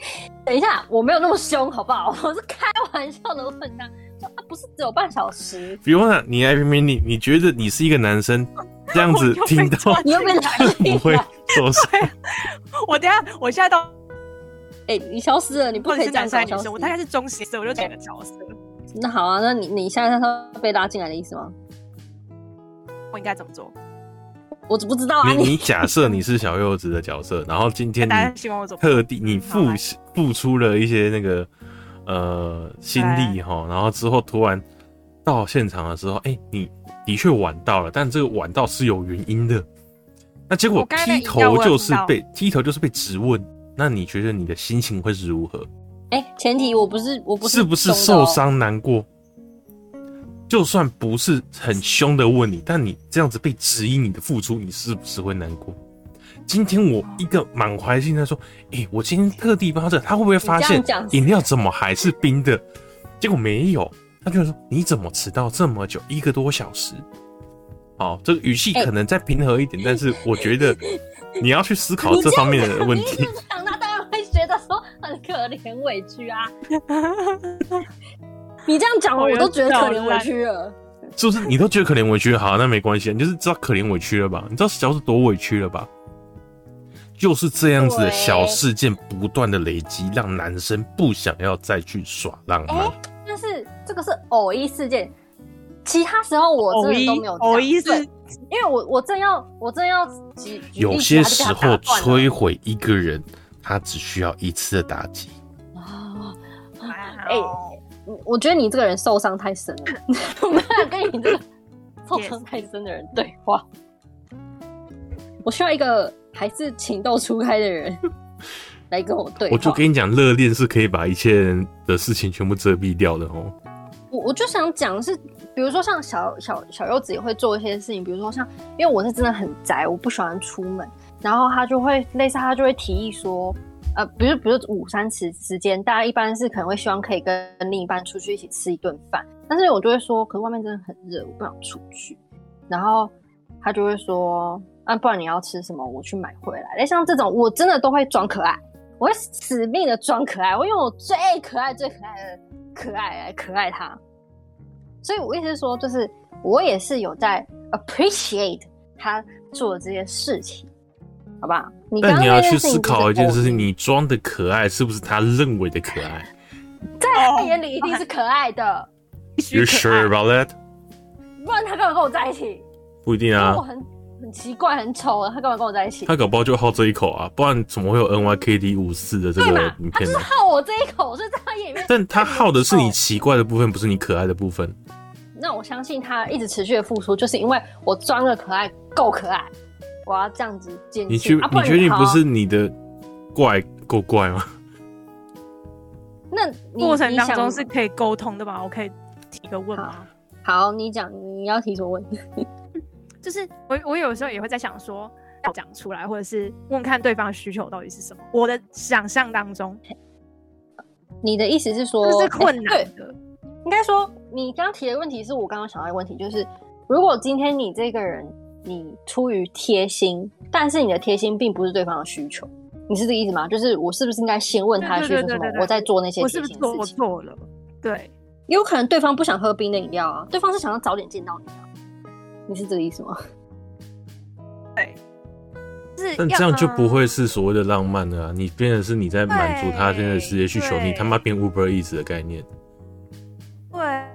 [SPEAKER 3] 等一下，我没有那么凶，好不好？ 我是开玩笑的问他，说他不是只有半小时，
[SPEAKER 1] 比如说，你来评评你，你觉得你是一个男生，这样子听到
[SPEAKER 2] 我又被抓
[SPEAKER 3] 你又变男
[SPEAKER 1] 不
[SPEAKER 3] 性
[SPEAKER 1] 会
[SPEAKER 3] 了。
[SPEAKER 1] 受 伤？
[SPEAKER 2] 我等一下，我现在到
[SPEAKER 3] 哎、你消失了，你不
[SPEAKER 2] 到
[SPEAKER 3] 可
[SPEAKER 2] 底
[SPEAKER 3] 以
[SPEAKER 2] 是
[SPEAKER 3] 这样
[SPEAKER 2] 男
[SPEAKER 3] 搞
[SPEAKER 2] 生还是女
[SPEAKER 3] 消失
[SPEAKER 2] 生？。我大概是中型色，我就整个角色，
[SPEAKER 3] 那好啊，那你你现在是被拉进来的意思吗？
[SPEAKER 2] 我应该怎么做？
[SPEAKER 3] 我只不知道啊，
[SPEAKER 1] 你
[SPEAKER 3] 你
[SPEAKER 1] 你假设你是小柚子的角色，然后今天
[SPEAKER 2] 大家
[SPEAKER 1] 你
[SPEAKER 2] 希望我怎么啊做？
[SPEAKER 1] 特地你付
[SPEAKER 2] 好来
[SPEAKER 1] 付出了一些那个呃心力哈，然后之后突然到现场的时候，哎、你的确晚到了，但这个晚到是有原因的。那结果
[SPEAKER 2] 我刚才那
[SPEAKER 1] 劈
[SPEAKER 2] 饮料我
[SPEAKER 1] 头
[SPEAKER 2] 有
[SPEAKER 1] 就是
[SPEAKER 2] 听到
[SPEAKER 1] 被劈头就是被质问，那你觉得你的心情会是如何？
[SPEAKER 3] 哎、前提我不是我不是
[SPEAKER 1] 是不是
[SPEAKER 3] 凶的
[SPEAKER 1] 受
[SPEAKER 3] 哦？
[SPEAKER 1] 伤难过？就算不是很凶的问你，但你这样子被质疑你的付出，你是不是会难过？今天我一个满怀信在说，诶、我今天特地帮他这，他会不会发现
[SPEAKER 3] 你这样讲
[SPEAKER 1] 饮料怎么还是冰的？结果没有，他就说你怎么迟到这么久，一个多小时？好，这个语气可能再平和一点，但是我觉得你要去思考
[SPEAKER 3] 你
[SPEAKER 1] 这
[SPEAKER 3] 这
[SPEAKER 1] 方面
[SPEAKER 3] 样
[SPEAKER 1] 的
[SPEAKER 3] 讲
[SPEAKER 1] 问
[SPEAKER 3] 你
[SPEAKER 1] 题
[SPEAKER 3] 这。样讲，他当然会觉得说很可怜委屈啊。 你这样讲，
[SPEAKER 2] 我
[SPEAKER 3] 我
[SPEAKER 2] 有
[SPEAKER 3] 都觉得可怜
[SPEAKER 2] 笑
[SPEAKER 3] 委
[SPEAKER 2] 烂
[SPEAKER 3] 屈了。
[SPEAKER 1] 就是你都觉得可怜委屈，好，那没关系，你就是知道可怜委屈了吧？你知道小是多委屈了吧？就是这样子的小事件不断的累积，让男生不想要再去耍浪漫。
[SPEAKER 3] 但是这个是偶一事件，其他时候我
[SPEAKER 2] 偶
[SPEAKER 3] 真的
[SPEAKER 2] 一
[SPEAKER 3] 都没有这样
[SPEAKER 2] 偶一
[SPEAKER 3] 对
[SPEAKER 2] 是
[SPEAKER 3] 因为我我正要我正要举举例
[SPEAKER 1] 有
[SPEAKER 3] 子
[SPEAKER 1] 些
[SPEAKER 3] 他就
[SPEAKER 1] 时
[SPEAKER 3] 被他
[SPEAKER 1] 候
[SPEAKER 3] 打断了
[SPEAKER 1] 摧毁一个人，他只需要一次的打击。
[SPEAKER 3] 啊，
[SPEAKER 2] 哎
[SPEAKER 3] 嗯我觉得你这个人受伤太深了，我没办法跟你这个受伤太深的人对话。我需要一个还是情窦初开的人来跟我对话。
[SPEAKER 1] 我就跟你讲，热恋是可以把一切的事情全部遮蔽掉的哦。
[SPEAKER 3] 我我就想讲的是，比如说像小小小柚子也会做一些事情，比如说像，因为我是真的很宅，我不喜欢出门，然后他就会类似他就会提议说，呃，比如比如午餐时时间，大家一般是可能会希望可以跟另一半出去一起吃一顿饭，但是我就会说，可是外面真的很热，我不想出去，然后他就会说，啊，不然你要吃什么，我去买回来。类似像这种，我真的都会装可爱。我会死命的装可爱，我用我最可爱、最可爱的可爱来可爱他。所以我意思是说，就是我也是有在 appreciate 他做的这些事情，好不好？你刚
[SPEAKER 1] 但
[SPEAKER 3] 刚
[SPEAKER 1] 你要
[SPEAKER 3] 那件
[SPEAKER 1] 去
[SPEAKER 3] 事情
[SPEAKER 1] 思考一件事情：
[SPEAKER 3] 就是
[SPEAKER 1] 你装的可爱是不是他认为的可爱
[SPEAKER 3] 在他眼里一定是可爱的，
[SPEAKER 2] 必须
[SPEAKER 1] ？You
[SPEAKER 2] 可爱
[SPEAKER 1] sure about that？
[SPEAKER 3] 不然他干嘛跟我在一起？
[SPEAKER 1] 不一定
[SPEAKER 3] 因
[SPEAKER 1] 啊。
[SPEAKER 3] 为我很很奇怪、很丑，他干嘛跟我在一起？
[SPEAKER 1] 他搞不好就好这一口啊，不然怎么会有 NYKD 五四的这
[SPEAKER 3] 对
[SPEAKER 1] 个
[SPEAKER 3] 嘛
[SPEAKER 1] 影？
[SPEAKER 3] 他就
[SPEAKER 1] 片
[SPEAKER 3] 是
[SPEAKER 1] 呢？
[SPEAKER 3] 好我这一口，所以在他眼里面。
[SPEAKER 1] 但他好的是你奇怪的部分，不是你可爱的部分。
[SPEAKER 3] 那我相信他一直持续的付出，就是因为我装的可爱够可爱，我要这样子坚
[SPEAKER 1] 你确
[SPEAKER 3] 信。啊、不
[SPEAKER 1] 你
[SPEAKER 3] 然
[SPEAKER 1] 确定
[SPEAKER 3] 好
[SPEAKER 1] 不是你的怪够怪吗？
[SPEAKER 3] 那你
[SPEAKER 2] 过程当
[SPEAKER 3] 你想
[SPEAKER 2] 中是可以沟通的吧？我可以提个问吗？
[SPEAKER 3] 好，你讲你要提什么问题？
[SPEAKER 2] 就是我我有时候也会在想说，要讲出来，或者是问看对方的需求到底是什么。我的想象当中，
[SPEAKER 3] 你的意思是说，
[SPEAKER 2] 这是困
[SPEAKER 3] 哎
[SPEAKER 2] 难
[SPEAKER 3] 对，
[SPEAKER 2] 的。
[SPEAKER 3] 应该说你刚提的问题是我刚刚想到的问题，就是如果今天你这个人你出于贴心，但是你的贴心并不是对方的需求，你是这个意思吗？就是我是不是应该先问他的需
[SPEAKER 2] 对
[SPEAKER 3] 求
[SPEAKER 2] 对对
[SPEAKER 3] 什么
[SPEAKER 2] 对，对
[SPEAKER 3] 我再做那些
[SPEAKER 2] 我
[SPEAKER 3] 贴
[SPEAKER 2] 是
[SPEAKER 3] 心
[SPEAKER 2] 不
[SPEAKER 3] 的
[SPEAKER 2] 是错？我
[SPEAKER 3] 事情？
[SPEAKER 2] 错了，对，
[SPEAKER 3] 也有可能对方不想喝冰的饮料啊，对方是想要早点见到你啊，你是这个意思吗？
[SPEAKER 2] 是
[SPEAKER 1] 但
[SPEAKER 2] 要
[SPEAKER 1] 这样就不
[SPEAKER 2] 嗯
[SPEAKER 1] 会是所谓的浪漫了啊！你变成是你在满足他现在的世界需求，
[SPEAKER 2] 对
[SPEAKER 1] 你他妈变 Uber Eats 的概念。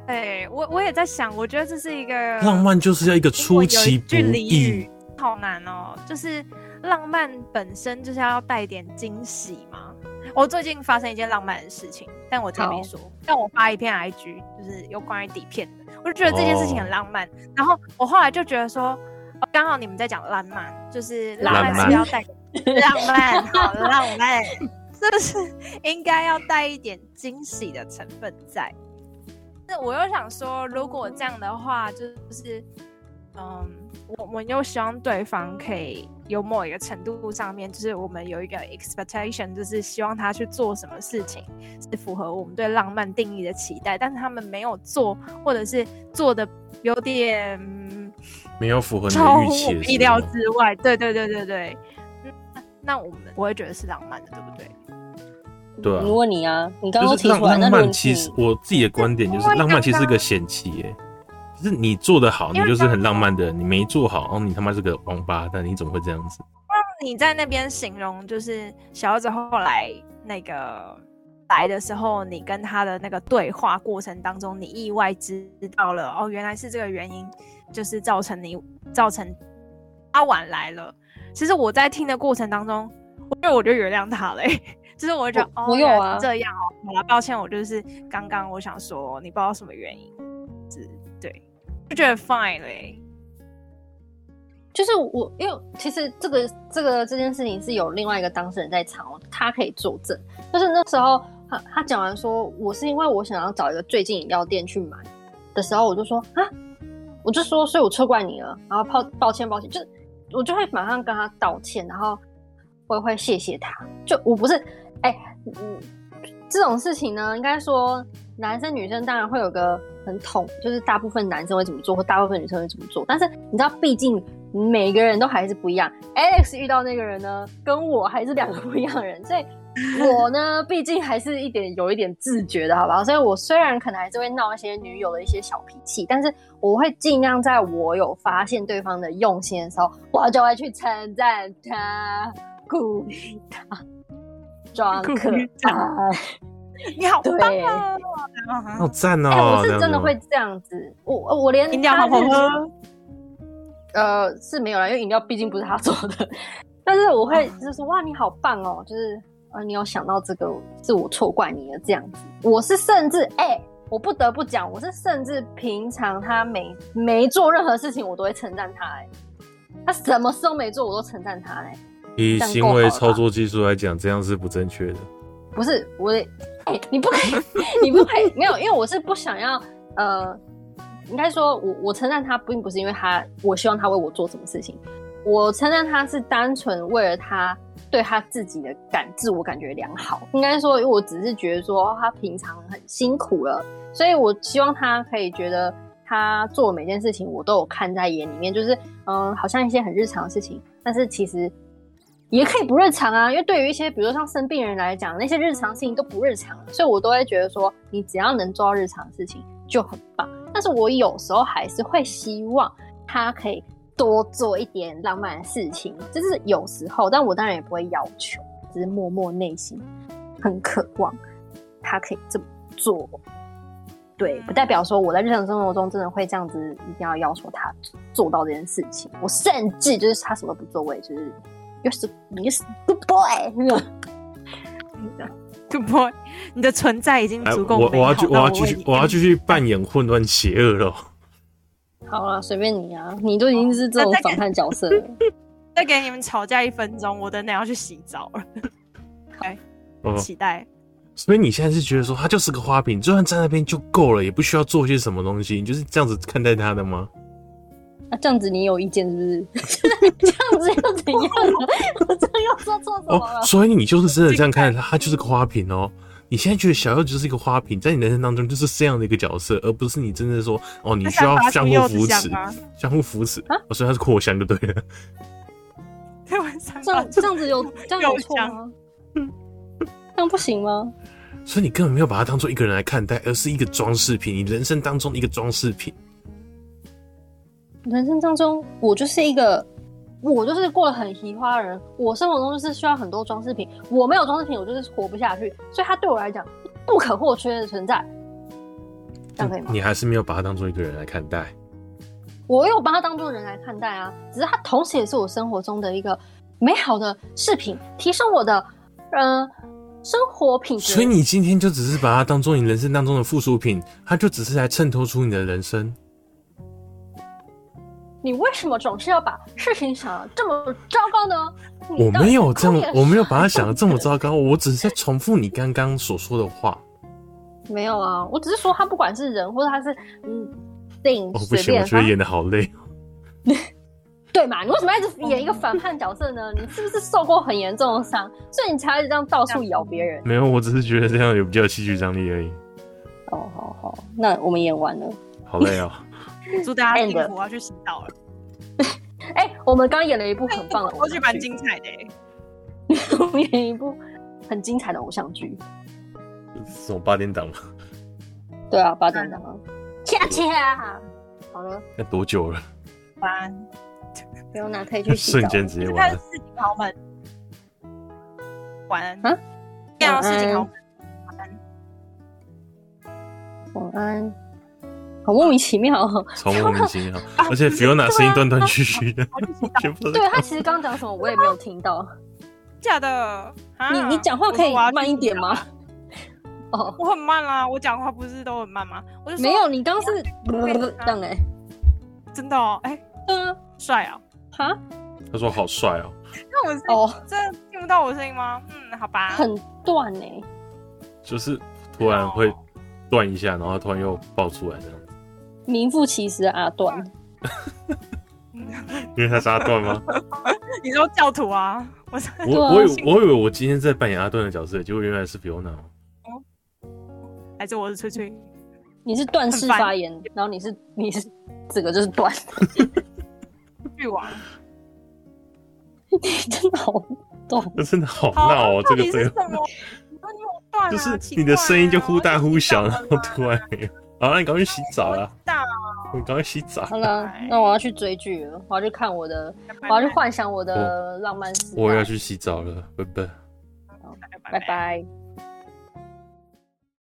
[SPEAKER 2] 对，我我也在想，我觉得这是一个
[SPEAKER 1] 浪漫就是要一个
[SPEAKER 2] 英文
[SPEAKER 1] 出
[SPEAKER 2] 有
[SPEAKER 1] 其
[SPEAKER 2] 一
[SPEAKER 1] 不
[SPEAKER 2] 句俚
[SPEAKER 1] 意
[SPEAKER 2] 语，好难哦。就是浪漫本身就是要带点惊喜嘛。我最近发生一件浪漫的事情，但我这里
[SPEAKER 3] 好
[SPEAKER 2] 没说。但我发一篇 IG，就是有关于底片的，我就觉得这件事情很
[SPEAKER 1] 哦
[SPEAKER 2] 浪漫。然后我后来就觉得说，哦刚好你们在讲浪漫，就是浪
[SPEAKER 1] 浪
[SPEAKER 2] 漫是
[SPEAKER 1] 漫
[SPEAKER 2] 不是要带点浪漫，好浪漫，就是应该要带一点惊喜的成分在。那我又想说，如果这样的话，就是，嗯，我我又希望对方可以有某一个程度上面，就是我们有一个 expectation，就是希望他去做什么事情是符合我们对浪漫定义的期待，但是他们没有做，或者是做的有点嗯
[SPEAKER 1] 没有符合你
[SPEAKER 2] 超
[SPEAKER 1] 的预
[SPEAKER 2] 乎
[SPEAKER 1] 期
[SPEAKER 2] 我
[SPEAKER 1] 的
[SPEAKER 2] 们
[SPEAKER 1] 时候
[SPEAKER 2] 意料之外。对对对对对，嗯那我们我会觉得是浪漫的，对不对？
[SPEAKER 1] 对啊
[SPEAKER 3] 你问你啊，你刚刚
[SPEAKER 1] 就是
[SPEAKER 3] 提
[SPEAKER 1] 浪
[SPEAKER 3] 出来，
[SPEAKER 1] 浪
[SPEAKER 3] 那嗯如果
[SPEAKER 1] 漫
[SPEAKER 3] 你
[SPEAKER 1] 其实我自己的观点就是
[SPEAKER 2] 我也
[SPEAKER 1] 浪漫其实是
[SPEAKER 3] 啊
[SPEAKER 2] 刚
[SPEAKER 1] 个
[SPEAKER 2] 刚
[SPEAKER 1] 险棋耶，就是你做的好，你
[SPEAKER 2] 因为
[SPEAKER 1] 就是
[SPEAKER 2] 刚
[SPEAKER 1] 很浪漫的人；你没做好，哦，你他妈是个王八蛋，你怎么会这样子？
[SPEAKER 2] 你在那边形容，就是小子后来那个来的时候，你跟他的那个对话过程当中，你意外知道了哦，原来是这个原因，就是造成你造成他晚来了。其实我在听的过程当中，我觉得我就原谅他嘞、 就是我就觉得
[SPEAKER 3] 我
[SPEAKER 2] 哦，
[SPEAKER 3] 我有啊
[SPEAKER 2] 原来是这样哦，好了，抱歉，我就是刚刚我想说你不知道什么原因，是对，就觉得 fine 欸嘞、
[SPEAKER 3] 就是我，因为其实这个这个这件事情是有另外一个当事人在场哦，他可以作证。就是那时候他他讲完说，我是因为我想要找一个最近饮料店去买的时候，我就说啊，我就说，所以我错怪你了，然后抱抱歉抱歉，就是我就会马上跟他道歉，然后我也会谢谢他。就我不是哎、嗯，这种事情呢，应该说男生女生当然会有个很统，就是大部分男生会怎么做，或大部分女生会怎么做。但是你知道，毕竟每个人都还是不一样。Alex 遇到那个人呢，跟我还是两个不一样的人，所以我呢，毕竟还是一点有一点自觉的，好不好？所以我虽然可能还是会闹一些女友的一些小脾气，但是我会尽量在我有发现对方的用心的时候，我就会去称赞他，鼓励他。装
[SPEAKER 2] 鼓
[SPEAKER 3] 可
[SPEAKER 2] 励他
[SPEAKER 3] 爱，
[SPEAKER 2] 你好棒
[SPEAKER 3] 对
[SPEAKER 2] 哦！
[SPEAKER 1] 好赞哦！
[SPEAKER 3] 哎、我
[SPEAKER 1] 这
[SPEAKER 3] 是
[SPEAKER 1] 样
[SPEAKER 3] 真的
[SPEAKER 1] 子
[SPEAKER 3] 会这样子，我呃我连
[SPEAKER 2] 饮料好
[SPEAKER 3] 他
[SPEAKER 2] 好
[SPEAKER 3] 日
[SPEAKER 2] 喝。
[SPEAKER 3] 呃，是没有啦，因为饮料毕竟不是他做的。但是我
[SPEAKER 2] 哦
[SPEAKER 3] 会就是说，哇，你好棒哦，就是呃，你有想到这个，是我错怪你了这样子。我是甚至哎、我不得不讲，我是甚至平常他没没做任何事情，我都会称赞他、哎，他什么事都没做，我都称赞他、哎，
[SPEAKER 1] 以
[SPEAKER 3] 这样
[SPEAKER 1] 行
[SPEAKER 3] 够
[SPEAKER 1] 为
[SPEAKER 3] 好了
[SPEAKER 1] 操
[SPEAKER 3] 吧
[SPEAKER 1] 作技术来讲，这样是不正确的。
[SPEAKER 3] 不是我的，哎、你不可以， 你不可以，没有，因为我是不想要，呃，应该说我我称赞他，并不是因为他，我希望他为我做什么事情，我称赞他是单纯为了他对他自己的感自我感觉良好，应该说，因为我只是觉得说他平常很辛苦了，所以我希望他可以觉得他做每件事情我都有看在眼里面，就是嗯、呃好像一些很日常的事情，但是其实也可以不日常啊，因为对于一些比如说像生病人来讲，那些日常事情都不日常，所以我都会觉得说，你只要能做到日常的事情就很棒。但是我有时候还是会希望他可以多做一点浪漫的事情，这是有时候，但我当然也不会要求，只是默默内心很渴望他可以这么做。对，不代表说我在日常生活中真的会这样子，一定要要求他做到这件事情。我甚至就是他什么都不做，我也就是 you're so you're so good boy 那种。
[SPEAKER 2] Good boy，你的存在已经
[SPEAKER 1] 哎，
[SPEAKER 2] 足够
[SPEAKER 1] 我我
[SPEAKER 2] 美好
[SPEAKER 1] 要去，我
[SPEAKER 2] 让
[SPEAKER 1] 要继
[SPEAKER 2] 为
[SPEAKER 1] 续
[SPEAKER 3] 嗯
[SPEAKER 2] 你，
[SPEAKER 1] 我要继续扮演混乱邪恶哦了。
[SPEAKER 3] 好了，随便你啊，你都已经是这种反叛角色了。
[SPEAKER 2] 再给你们吵架一分钟，我等等要去洗澡了，
[SPEAKER 3] 嗯
[SPEAKER 1] 哦，
[SPEAKER 2] 期待。
[SPEAKER 1] 所以你现在是觉得说他就是个花瓶，就算在那边就够了，也不需要做些什么东西，你就是这样子看待他的吗？
[SPEAKER 3] 那、这样子你有意见是 不是？这样子又怎样了？我这又做错什
[SPEAKER 1] 哦
[SPEAKER 3] 么了，？
[SPEAKER 1] 所以你就是真的这样看待他，他就是个花瓶哦。你现在觉得小柚子就是一个花瓶，在你人生当中就是这样的一个角色，而不是你真的说哦，你
[SPEAKER 2] 那
[SPEAKER 1] 需要
[SPEAKER 2] 想法
[SPEAKER 1] 相
[SPEAKER 2] 是
[SPEAKER 1] 互
[SPEAKER 2] 柚
[SPEAKER 1] 扶
[SPEAKER 2] 子
[SPEAKER 1] 持
[SPEAKER 2] 香吗，
[SPEAKER 1] 相互扶
[SPEAKER 3] 啊
[SPEAKER 1] 持。我所以他是扩香就对了。
[SPEAKER 2] 对，我想
[SPEAKER 3] 这
[SPEAKER 2] 法
[SPEAKER 3] 样这样子有这样有错
[SPEAKER 2] 有
[SPEAKER 3] 吗？这样不行吗？
[SPEAKER 1] 所以你根本没有把它当做一个人来看待，而是一个装饰品，你人生当中的一个装饰品。
[SPEAKER 3] 人生当中，我就是一个，我就是过得很奇花的人。我生活中就是需要很多装饰品，我没有装饰品，我就是活不下去。所以它对我来讲不可或缺的存在，这样可以吗？
[SPEAKER 1] 你还是没有把它当做一个人来看待。
[SPEAKER 3] 我有把它当做人来看待啊，只是它同时也是我生活中的一个美好的饰品，提升我的呃生活品质。
[SPEAKER 1] 所以你今天就只是把它当做你人生当中的附属品，它就只是来衬托出你的人生。
[SPEAKER 3] 你为什么总是要把事情想得这么糟糕呢？你
[SPEAKER 1] 我
[SPEAKER 3] 到底
[SPEAKER 1] 没有
[SPEAKER 3] 是
[SPEAKER 1] 这么
[SPEAKER 3] 空，眼
[SPEAKER 1] 我没有把它想的这 么糟糕，我只是在重复你刚刚所说的话。
[SPEAKER 3] 没有啊，我只是说他不管是人或者他是嗯 thing，、
[SPEAKER 1] 哦，不
[SPEAKER 3] 随
[SPEAKER 1] 行，我
[SPEAKER 3] 便，
[SPEAKER 1] 觉得
[SPEAKER 3] 反正
[SPEAKER 1] 演的好累。
[SPEAKER 3] 对嘛？你为什么要一直演一个反叛角色呢？你是不是受过很严重的伤，所以你才一直这样到处咬 别人？
[SPEAKER 1] 没有，我只是觉得这样有比较有戏剧张力而已。
[SPEAKER 3] 哦，好好，那我们演完了。
[SPEAKER 1] 好累 哦。
[SPEAKER 2] 祝大家
[SPEAKER 3] End
[SPEAKER 2] 幸福，我要去洗澡了，
[SPEAKER 3] 哎、我们刚刚演了一部很棒的偶
[SPEAKER 2] 我觉
[SPEAKER 3] 像
[SPEAKER 2] 得蛮
[SPEAKER 3] 剧，
[SPEAKER 2] 精彩的欸。
[SPEAKER 3] 我们 演一部很精彩的偶像剧。
[SPEAKER 1] 什么八点档吗？
[SPEAKER 3] 对啊，八点档 啊，恰恰。好了，
[SPEAKER 1] 那多久了？
[SPEAKER 2] 晚
[SPEAKER 3] 不用拿可以去洗澡
[SPEAKER 1] 瞬
[SPEAKER 3] 了。
[SPEAKER 1] 间直接
[SPEAKER 2] 安，
[SPEAKER 1] 完
[SPEAKER 2] 看
[SPEAKER 1] 了。
[SPEAKER 2] 市井豪门。晚安。
[SPEAKER 3] 啊？
[SPEAKER 2] 看到市井豪
[SPEAKER 3] 晚
[SPEAKER 2] 门。晚安。
[SPEAKER 3] 晚安。好莫名其妙、哦，
[SPEAKER 1] 超莫名其妙，而且 Fiona 声音断断续续的，
[SPEAKER 2] 我去洗
[SPEAKER 1] 完
[SPEAKER 2] 澡。
[SPEAKER 1] 全不知道
[SPEAKER 3] 对
[SPEAKER 1] 在
[SPEAKER 3] 他其实刚刚讲什么我也没有听到。
[SPEAKER 2] 假的？啊
[SPEAKER 3] 你你讲话可以慢一点？
[SPEAKER 2] 我说我要去洗澡
[SPEAKER 3] 吗？哦，
[SPEAKER 2] 我很慢啊，我讲话不是都很慢吗？我就说
[SPEAKER 3] 没有，你刚是
[SPEAKER 2] 我也是啊
[SPEAKER 3] 这样哎、欸，
[SPEAKER 2] 真的哦，哎，
[SPEAKER 3] 嗯、啊，
[SPEAKER 2] 帅啊！
[SPEAKER 3] 哈，
[SPEAKER 1] 他说好帅哦，
[SPEAKER 2] 那我是
[SPEAKER 3] 哦，
[SPEAKER 2] 真的听不到我声音吗？嗯，好吧。
[SPEAKER 3] 很断哎、
[SPEAKER 1] 就是突然会断一下，然后突然又爆出来这样子。
[SPEAKER 3] 名副其实啊，断。
[SPEAKER 1] 因为他是阿段吗？
[SPEAKER 2] 你说教徒啊？ 我是
[SPEAKER 1] 我
[SPEAKER 3] 对啊
[SPEAKER 1] 我以我以为我今天在扮演阿段的角色，结果原来是 Fiona。哦
[SPEAKER 2] 还是我是翠翠？
[SPEAKER 3] 你是断式
[SPEAKER 2] 很烦
[SPEAKER 3] 发言，然后你是你是整个就是断，
[SPEAKER 2] 巨王。
[SPEAKER 3] 你真的好断。
[SPEAKER 1] 那真的好
[SPEAKER 2] 好
[SPEAKER 1] 闹哦，这个
[SPEAKER 2] 到底
[SPEAKER 1] 对
[SPEAKER 2] 是
[SPEAKER 1] 话
[SPEAKER 2] 什么？你说你有断啊
[SPEAKER 1] 就是你的声音就忽大忽小，然后突然没有。好了，你赶快去洗澡啦！
[SPEAKER 2] 大，
[SPEAKER 1] 你赶快洗澡。
[SPEAKER 3] 好了，那我要去追剧了，我要去看我的，我要去幻想我的浪漫时代。
[SPEAKER 1] 我要去洗澡了，拜拜。
[SPEAKER 2] 拜
[SPEAKER 3] 拜拜。